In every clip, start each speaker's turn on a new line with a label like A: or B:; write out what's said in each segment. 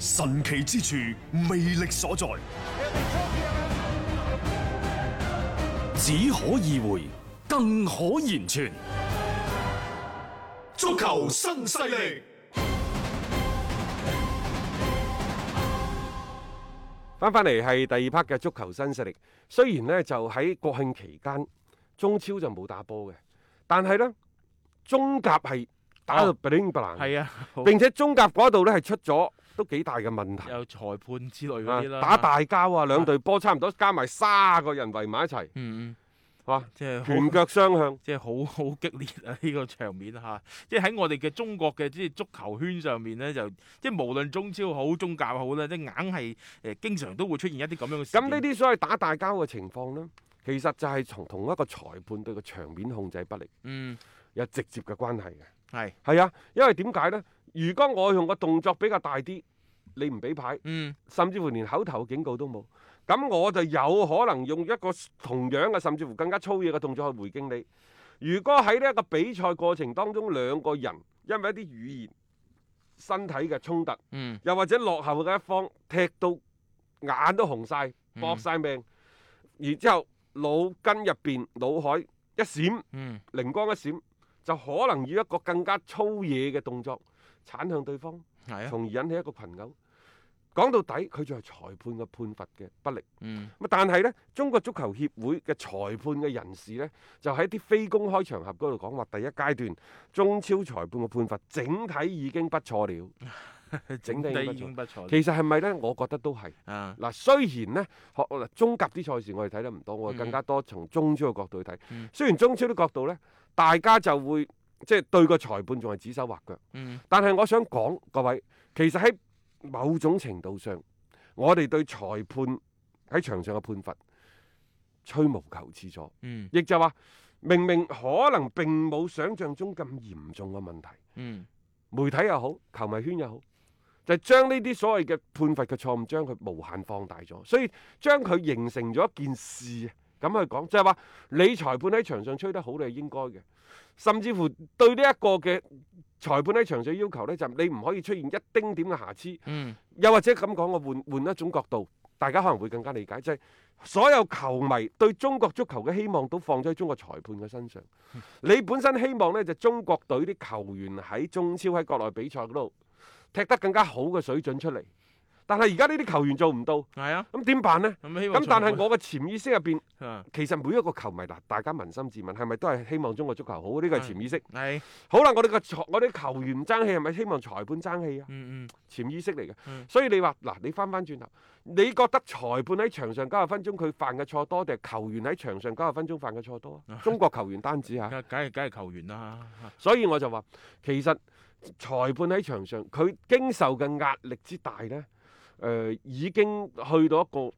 A: 神奇之處，魅力所在，
B: 只可意會，更可言傳。
C: 足球新勢力。
D: 翻翻嚟係第二 part 嘅足球新勢力。雖然呢就喺國慶期間，中超就冇打波嘅，但係呢，中甲係打到 bling bling，、
E: 哦係啊，好
D: 並且中甲嗰度呢係出咗都幾大嘅問題。
E: 有裁判之類嗰
D: 啊
E: 啲啦，
D: 打大交啊！兩隊波差唔多加埋卅個人圍埋一 齊，
E: 嗯，
D: 係嘛
E: 嗯，即係好
D: 拳腳相向。
E: 即係好好激烈啊！呢、個場面嚇，即係喺我哋嘅中國嘅即係足球圈上面咧，就即係無論中超好、中甲好咧，即係硬係誒經常都會出現一啲咁樣嘅事件。
D: 咁呢啲所謂打大交嘅情況呢，其實就係從同一個裁判對個場面控制不力
E: 嗯
D: 有直接嘅關係嘅。
E: 係
D: 係啊，因為點解呢？如果我用個動作比較大啲，你唔俾牌，
E: 嗯
D: 甚至乎連口頭警告都冇，咁我就有可能用一個同樣嘅，甚至乎更加粗野嘅動作去回敬你。如果喺呢一個比賽過程當中，兩個人因為一啲語言、身體嘅衝突，
E: 嗯
D: 又或者落後嘅一方踢到眼都紅晒，搏晒命，然之後腦筋入邊、腦海一閃。
E: 嗯
D: 靈光一閃，就可能以一個更加粗野嘅動作鏟向對方，
E: 係啊
D: 從而引起一個群毆。講到底，佢就係裁判嘅判罰嘅不力。
E: 嗯
D: 咁啊但係呢，中國足球協會嘅裁判嘅人士呢，就喺啲非公開場合嗰度講話，第一階段中超裁判嘅判罰整體已經不錯了。整體
E: 體
D: 已
E: 已
D: 經
E: 經不錯
D: 其實係咪呢？我覺得都係。
E: 啊
D: 嗱，雖然呢，學嗱中甲啲賽事我哋睇得唔多，我哋
E: 嗯
D: 更加多從中超嘅角度去睇。
E: 嗯
D: 雖然中超啲角度呢，大家就會即係對個裁判仲係指手畫腳，
E: 嗯
D: 但係我想講各位，其實喺某種程度上，我哋對裁判喺場上嘅判罰吹毛求疵咗，
E: 嗯
D: 亦就話明明可能並冇想象中咁嚴重嘅問題。
E: 嗯
D: 媒體又好，球迷圈又好，就係將呢啲所謂嘅判罰嘅錯誤，將佢無限放大咗，所以將佢形成咗一件事啊咁去講，就係話你裁判喺場上吹得好，你係應該嘅，甚至乎對呢一個嘅裁判喺場上要求呢，就係你唔可以出現一丁點嘅瑕疵，
E: 嗯
D: 又或者咁講，我換換一種角度，大家可能會更加理解，就係、所有球迷對中國足球嘅希望都放咗喺中國裁判嘅身上。你本身希望呢，就中國隊啲球員喺中超喺國內比賽嗰度踢得更加好嘅水準出嚟，但係而家呢啲球員做唔到，
E: 係啊，
D: 咁點辦呢？
E: 咁希望
D: 咁但係
E: 裁
D: 我嘅潛意識入邊，
E: 判啊
D: 其實每一個球迷嗱，大家捫心自問，係咪都係希望中國足球好？呢個係潛意識。
E: 係
D: 好啦，我哋個裁，我哋啲球員唔爭氣，係咪希望裁判爭氣啊？
E: 嗯嗯
D: 潛意識嚟嘅。
E: 嗯
D: 所以你話嗱，你翻翻轉頭，你覺得裁判喺場上九十分鐘佢犯嘅錯多，定係球員喺場上九十分鐘犯嘅錯多 啊？中國球員單止嚇，
E: 梗梗係梗係球員啦
D: 所以我就話其實裁判喺場上佢經受嘅壓力之大呢，誒、已經去到一個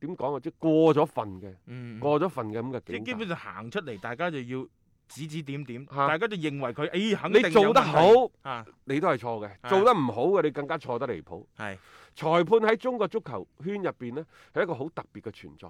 D: 點講啊，即係過咗份嘅，
E: 嗯
D: 過咗份嘅咁嘅
E: 即係基本
D: 境界。
E: 上行出嚟，大家就要指指點點，
D: 嚇
E: 大家就認為佢誒肯定
D: 你做得好，
E: 啊
D: 你都係錯嘅；
E: 啊
D: 做得唔好嘅，你更加錯得離譜。
E: 係
D: 裁判喺中國足球圈入邊呢，係一個好特別嘅存在，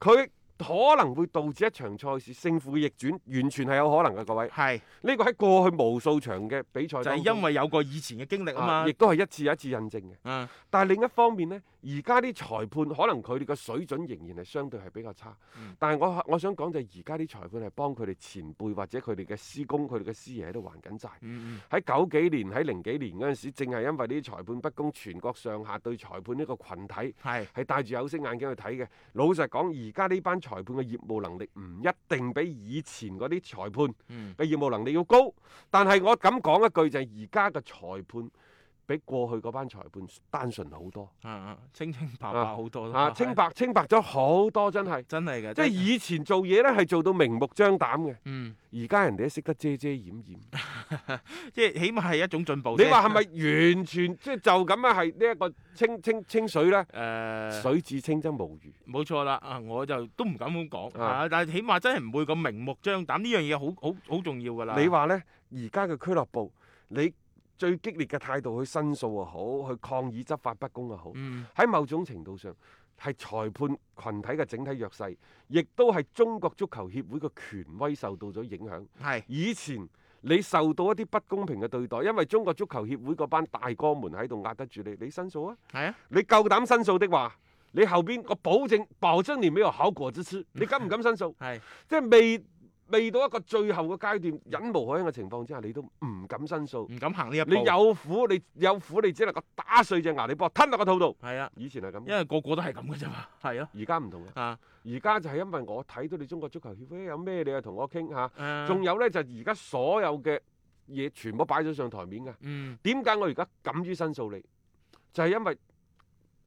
D: 佢可能會導致一場賽事勝負嘅逆轉，完全係有可能嘅。各位，
E: 係。
D: 呢個喺過去無數場嘅比賽
E: 就係
D: 當中
E: 因為有個以前嘅經歷啊
D: 啊
E: 嘛
D: 亦。都係一次又一次印證嘅。
E: 嗯
D: 但係另一方面呢，而家啲裁判可能佢哋嘅水準仍然係相對係比較差，
E: 嗯
D: 但係我我想講就係而家啲裁判係幫佢哋前輩或者佢哋嘅師公、佢哋嘅師爺喺度還緊債。
E: 嗯
D: 喺九幾年、喺零幾年嗰陣時，正係因為呢啲裁判不公，全國上下對裁判呢個群體
E: 嗯，係
D: 係戴住有色眼鏡去睇嘅。老實講，而家呢班裁判嘅業務能力唔一定比以前嗰啲裁判
E: 嗯
D: 嘅業務能力要高，但係我咁講一句就係而家嘅裁判比過去嗰班裁判單純好多
E: 啊啊清清白白好多咯
D: 啊，清，白清白咗好多，真係。
E: 真嗯係嘅，
D: 即係
E: 真係
D: 以前做嘢呢係做到明目張膽
E: 嗯，
D: 嘅，而家人哋都識得遮遮掩掩。
E: 即係起碼係一種進步
D: 你
E: 先。
D: 話係咪完全即係就咁啊？係呢一個清清清水呢？
E: 誒？
D: 水至清則無魚。
E: 冇錯啦，啊我就都唔敢咁講
D: 啊
E: 啊，但係起碼真係唔會咁明目張膽，呢樣嘢好好好重要㗎啦。
D: 你話呢？而家嘅俱樂部，你最激烈嘅態度去申訴又好，去抗議執法不公又好，
E: 嗯
D: 喺某種程度上係裁判群體嘅整體弱勢，亦都係中國足球協會嘅權威受到咗影響。
E: 係
D: 以前你受到一啲不公平嘅對待，因為中國足球協會嗰班大哥們喺度壓得住你，你申訴啊！
E: 係啊，
D: 你夠膽申訴的話，你後邊我保證保證你沒有好果子吃，你敢唔敢申訴？
E: 係
D: 即係未未到一個最後嘅階段，忍無可忍嘅情況之下，你都唔敢申訴。
E: 唔敢行呢一步。
D: 你有苦你有苦，你只能夠打碎隻牙，你幫我吞落個肚度。
E: 係啊，
D: 以前係咁
E: 因
D: 嘅，
E: 為個個都係咁嘅啫嘛。係咯，
D: 而家唔同啦。
E: 啊
D: 而家就係因為我睇到你中國足球協會有咩，你又同我傾下。
E: 誒，
D: 仲有呢，就而家所有嘅嘢全部擺咗上台面㗎。
E: 嗯
D: 點解我而家敢於申訴你？就係、因為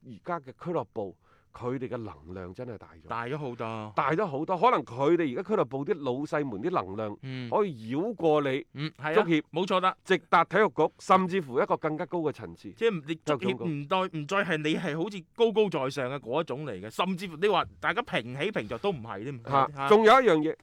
D: 而家嘅俱樂部佢哋嘅能量真係大咗，
E: 大咗好多。
D: 大咗好多。可能佢哋而家俱樂部啲老細們啲能量
E: 嗯
D: 可以繞過你，
E: 嗯係啊，
D: 足協
E: 冇錯啦。
D: 直達體育局，甚至乎一個更加高嘅層次。
E: 即係你足
D: 就咁
E: 協唔再唔再係你係好似高高在上嘅嗰一種嚟嘅，甚至乎你話大家平起平坐都唔係添。
D: 嚇、
E: 嚇
D: 仲有一樣嘢，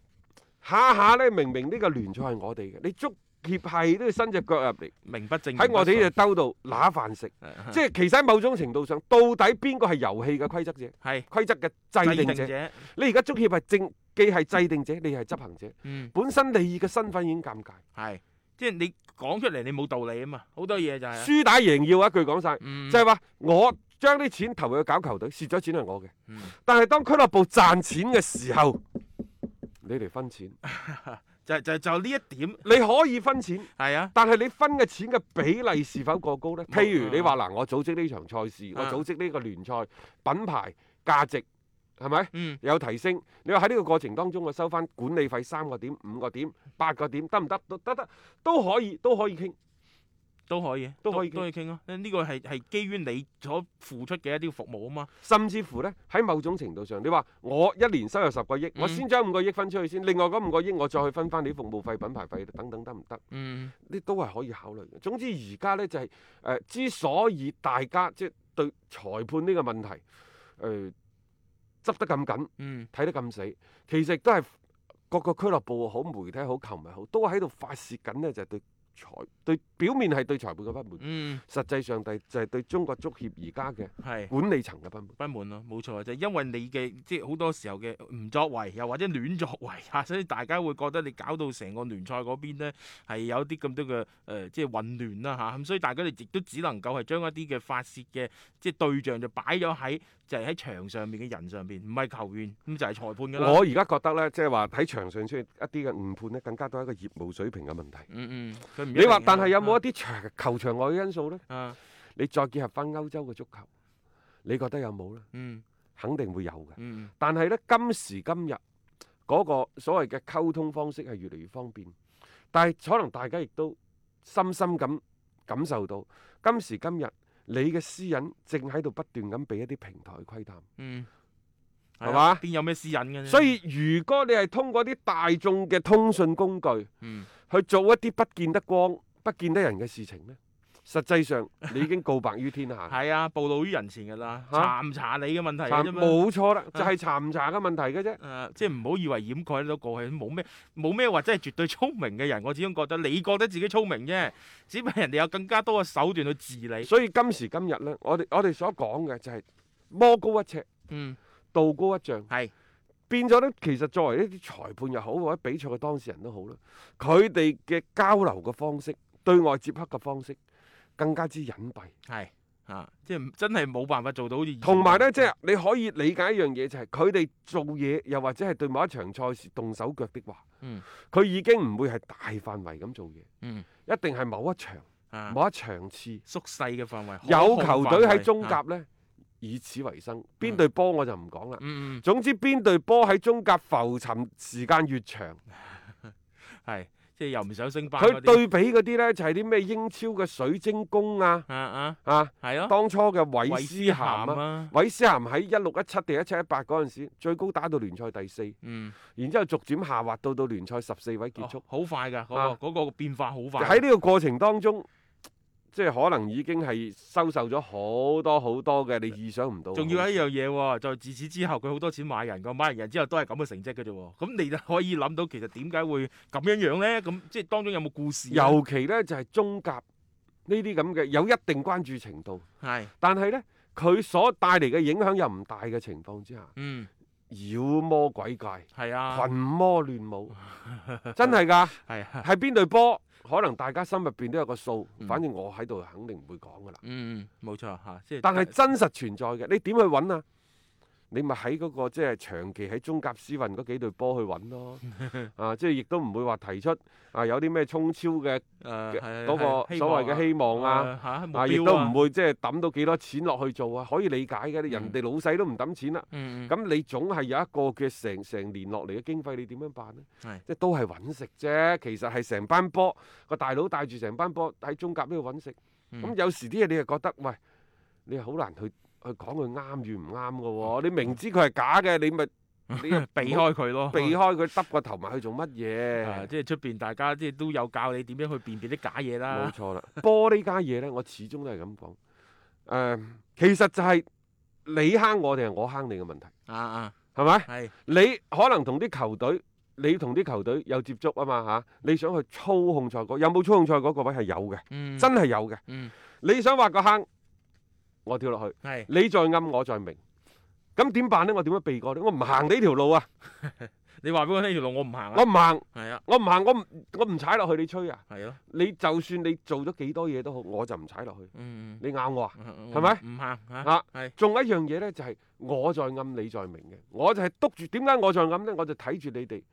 D: 下下呢，明明呢個聯賽係我哋嘅，你足協係都要伸只腳入嚟，
E: 名不正
D: 喺我哋呢
E: 呢
D: 隻兜度揦飯食。
E: 度
D: 即係其實喺某種程度上，到底邊個係遊戲嘅規則者、
E: 係
D: 規則嘅制定者？
E: 者，
D: 你而家足協係正既係制定者，你係執行者，
E: 嗯
D: 本身你嘅身份已經尷尬，
E: 係即係你講出嚟你冇道理啊嘛，好多嘢就係
D: 輸打贏要一句講晒，
E: 嗯
D: 就係話我將啲錢投入去搞球隊，蝕咗錢係我嘅，
E: 嗯
D: 但係當俱樂部賺錢嘅時候，你嚟分錢，
E: 就就就呢一點
D: 你可以分錢。
E: 係啊，
D: 但係你分嘅錢嘅比例是否過高呢？
E: 冇
D: 譬如你
E: 嗯
D: 話嗱，我組織呢場賽事，我
E: 啊
D: 組織呢個聯賽，品牌價值係咪？
E: 嗯
D: 有提升。你話喺呢個過程當中，我收翻管理費三個點、五個點、八個點，得唔得？都得得，都可以，都可以傾。
E: 都可以，
D: 都可以
E: 都可以傾咯。呢個係係基於你所付出嘅一啲服務啊嘛，
D: 甚至乎呢，喺某種程度上，你話我一年收入十個億，我
E: 嗯
D: 先將五個億分出去先，另外嗰五個億我再去分翻你服務費、品牌費等等，得唔得？
E: 嗯
D: 呢都係可以考慮嘅。總之而家呢，就係、呃之所以大家即係對裁判呢個問題誒、呃、執得咁緊，
E: 嗯
D: 睇得咁死，其實都係各個俱樂部好、媒體好、球迷好，都喺度發泄緊呢，就係、對裁對表面係對裁判嘅不滿，
E: 嗯
D: 實際上第就係對中國足協而家嘅
E: 係。
D: 管理層嘅不滿。
E: 不滿咯，冇錯，就啊係因為你嘅即係好多時候嘅唔作為，又或者亂作為嚇，所以大家會覺得你搞到成個聯賽嗰邊咧係有啲咁多嘅誒、呃即係混亂啦嚇，咁、所以大家哋亦都只能夠係將一啲嘅發泄嘅即係對象就擺咗喺就係喺場上面嘅人上邊，唔係球員咁就係裁判㗎啦。
D: 我而家覺得呢，即係話喺場上出現一啲嘅誤判呢，更加多係一個業務水平嘅問題。
E: 嗯嗯，佢唔一定
D: 你話，
E: 嘅
D: 但係有冇一啲場球場外嘅因素呢？
E: 啊
D: 你再結合翻歐洲嘅足球，你覺得有冇呢？
E: 嗯
D: 肯定會有嘅。
E: 嗯
D: 但係呢，今時今日嗰個所謂嘅溝通方式係越嚟越方便，但係可能大家亦都深深咁感受到，今時今日你嘅私隱正喺度不斷咁俾一啲平台窺探。
E: 嗯，
D: 係
E: 啊
D: 嘛
E: 邊有咩私隱嘅啫？
D: 所以如果你係通過啲大眾嘅通訊工具，
E: 嗯
D: 去做一啲不見得光、不見得人嘅事情呢，實 際上你已經告白於天下。
E: 係啊，暴露於人前㗎啦，
D: 嚇
E: 查唔查你嘅問題
D: 查
E: 㗎啫嘛。啊
D: 冇錯啦，就係查唔查嘅問題嘅啫
E: 誒、。即係唔好以為掩蓋得到過去，冇咩冇咩話真係絕對聰明嘅人。我始終覺得你覺得自己聰明啫，只不過人哋有更加多嘅手段去治理。
D: 所以今時今日呢，我哋我哋所講嘅就係魔高一尺，
E: 嗯，
D: 道高一丈。
E: 係
D: 變咗呢，其實作為一啲裁判又好，或者比賽嘅當事人都好啦，佢哋嘅交流嘅方式、對外接洽嘅方式更加之隱蔽。
E: 係啊，即係真係冇辦法做到好似以前
D: 同埋呢，
E: 咁
D: 即係你可以理解一樣嘢，就係佢哋做嘢，又或者係對某一場賽事動手腳的話，
E: 嗯
D: 佢已經唔會係大範圍咁做嘢，
E: 嗯
D: 一定係某一場、
E: 啊
D: 某一場次，
E: 縮細嘅範圍，
D: 有
E: 可控
D: 球
E: 範
D: 隊喺
E: 圍
D: 中
E: 啊嗯
D: 甲呢，以此為生。邊隊波我就唔講啦。
E: 嗯嗯
D: 總之邊隊波喺中甲浮沉時間越長，
E: 係。即係又唔想升班嗰
D: 佢
E: 啲。
D: 對比嗰啲呢，就係啲咩英超嘅水晶宮啊
E: 啊啊，
D: 啊，
E: 係咯，
D: 當初嘅韋斯
E: 韋
D: 咸
E: 斯咸
D: 啊。
E: 啊，
D: 韋斯咸喺一六一七定一七一八嗰陣時，最高打到聯賽第四，
E: 嗯，
D: 然之後逐漸下滑到到聯賽十四位結束
E: 哦。好快㗎，
D: 啊
E: 嗰個嗰個變化好快。
D: 喺呢個過程當中，即係可能已經係收受咗好多好多嘅你意想唔到。
E: 仲要有一樣嘢喎，就自此之後佢好多錢買人㗎，買完人之後都係咁嘅成績嘅啫喎。咁你就可以諗到其實點解會咁樣樣咧？咁即係當中有冇故事啊呢？
D: 尤其呢，就係、中甲呢啲咁嘅有一定關注程度，
E: 係，
D: 但係呢，佢所帶嚟嘅影響又唔大嘅情況之下，
E: 嗯，
D: 妖魔鬼怪、
E: 係啊
D: 群，魔亂 舞，真係㗎，
E: 係啊，
D: 係邊隊波？可能大家心入邊都有個數，
E: 嗯
D: 反正我喺度肯定唔會講㗎啦。
E: 嗯，冇錯嚇，即係
D: 但係真實存在嘅，你點去揾啊？你咪喺嗰個即係長期喺中甲私運嗰幾隊波去 揾咯，啊，即係亦都唔會話提出啊有啲咩衝超嘅
E: 誒係
D: 嗰個
E: 係
D: 所謂嘅希望啊，
E: 誒嚇目
D: 啊，亦
E: 標
D: 都
E: 啊
D: 唔會即係抌到幾多錢落去做啊，可以理解嘅。你人哋老細都唔抌錢啦，
E: 嗯嗯
D: 咁你總係有一個嘅成成年落嚟嘅經費，你點樣辦呢？
E: 係
D: 即係都係揾食啫，其實係成班波個大佬帶住成班波喺中甲呢度揾食。咁
E: 嗯
D: 有時啲嘢你又覺得，喂，你係好難去去講佢啱與唔啱嘅喎。你明知佢係假嘅， 你咪你又
E: 避
D: 唔好
E: 開佢咯，
D: 避開佢，耷個頭埋去做乜
E: 啊
D: 嘢？
E: 即係出邊大家即係都有教你點樣去辨別啲假嘢
D: 冇
E: 啦。
D: 錯啦，波呢家嘢呢，我始終都係咁講。誒、其實就係你坑我定係我坑你嘅問題，
E: 啊啊，
D: 係咪？
E: 係
D: 你可能同啲球隊，你同啲球隊有接觸啊嘛嚇、你想去操控賽果，有冇操控賽果？個位係有嘅，
E: 嗯
D: 真係有嘅。
E: 嗯
D: 你想挖個坑，我跳落去。
E: 係
D: 你在暗，我在明。咁點辦呢？我點樣避過呢？我唔行呢條路啊！
E: 你話俾我聽條路我唔行
D: 我
E: 啊，
D: 唔行，
E: 係啊
D: 我唔行，我唔我唔踩落去。你吹啊！
E: 係咯，
D: 你就算你做咗幾多嘢都好，我就唔踩落去。
E: 嗯
D: 你咬我啊！
E: 嗯，
D: 係咪
E: 咪唔行嚇？
D: 啊
E: 係
D: 仲有一樣嘢呢，就係、我在暗，你在明嘅。我就係督住點解我在暗呢？我就睇住你哋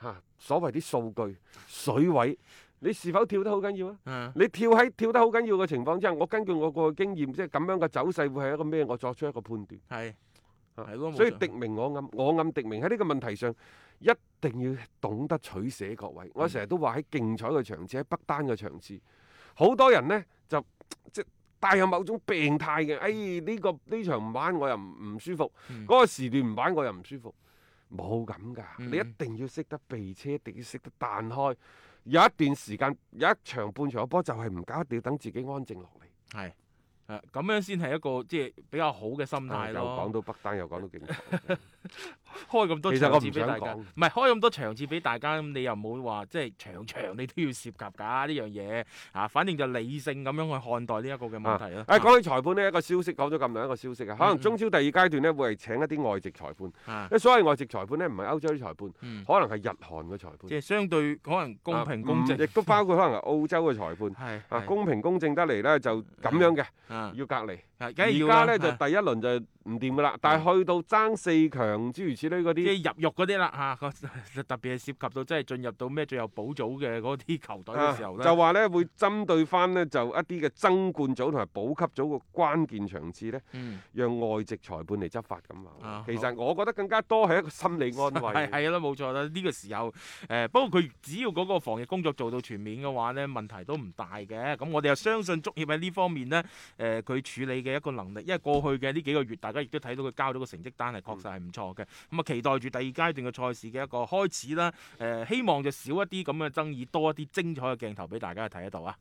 D: 嚇、所謂啲數據水位，你是否跳得好緊要啊？
E: 嗯
D: 你跳喺跳得好緊要嘅情況之下，我根據我過去經驗，即係咁樣嘅走勢會係一個咩？我作出一個判斷。
E: 係
D: 啊
E: 係咯，冇
D: 所以
E: 錯
D: 敵明我暗，我暗敵明喺呢個問題上，一定要懂得取捨各位。我成
E: 嗯
D: 日都話喺競彩嘅場次，喺北單嘅場次，好多人呢就即係帶有某種病態嘅，哎呢、個呢場唔玩我又唔唔舒服，嗰、
E: 嗯
D: 個時段唔玩我又唔舒服，冇咁㗎。
E: 嗯
D: 你一定要識得避車，一定要識得彈開。有一段時間，有一場半場嘅波就係唔搞，一定要等自己安靜落嚟。
E: 係誒咁樣先係一個即係比較好嘅心
D: 啊
E: 態
D: 又
E: 咯
D: 講。到北單，又講到競彩。
E: 開咁多
D: 其實
E: 場
D: 我
E: 次
D: 唔
E: 俾
D: 想
E: 大家，
D: 講
E: 唔係開咁多場次俾大家，咁你又冇話即係場場你都要涉及㗎呢樣嘢啊！反正就理性咁樣去看待呢一個嘅問題啦。
D: 啊誒哎講起裁判呢，一個消息講咗咁耐一個消息啊，可
E: 啊嗯
D: 能
E: 嗯
D: 中超第二階段呢，會係請一啲外籍裁判。
E: 啊
D: 因為所謂外籍裁判呢，唔係歐洲啲裁判，
E: 嗯
D: 可能係日韓嘅裁判，啊
E: 即係相對可能公平公正
D: 啊，亦都包括可能係澳洲嘅裁判。
E: 係
D: 啊，
E: 係
D: 公平公正得嚟呢，就咁樣嘅，
E: 啊，
D: 要隔離。
E: 係梗係要
D: 而家
E: 啦
D: 呢，就
E: 啊
D: 第一輪就唔掂噶啦，但係去到爭四強諸如此類嗰
E: 即
D: 啲，啊
E: 係入獄嗰啲啦嚇，個 特別係涉及到真係進入到咩最後補組嘅嗰啲球隊嘅時候
D: 啊
E: 咧，
D: 就話呢會針對翻呢，就一啲嘅爭冠組同埋保級組嘅關鍵場次呢，
E: 嗯
D: 讓外籍裁判嚟執法咁
E: 啊
D: 話。其實我覺得更加多係一個心理安慰
E: 係。係啦，冇錯啦。呢、個時候誒、不過佢只要嗰個防疫工作做到全面嘅話咧，問題都唔大嘅。咁我哋又相信足協喺呢方面咧，誒、佢處理嘅一個能力，因為過去嘅呢幾個月，大家亦都睇到佢交到個成績單係確實係唔錯嘅。咁啊、期待住第二階段嘅賽事嘅一個開始啦。誒、希望就少一啲咁嘅爭議，多一啲精彩嘅鏡頭俾大家睇得到啊！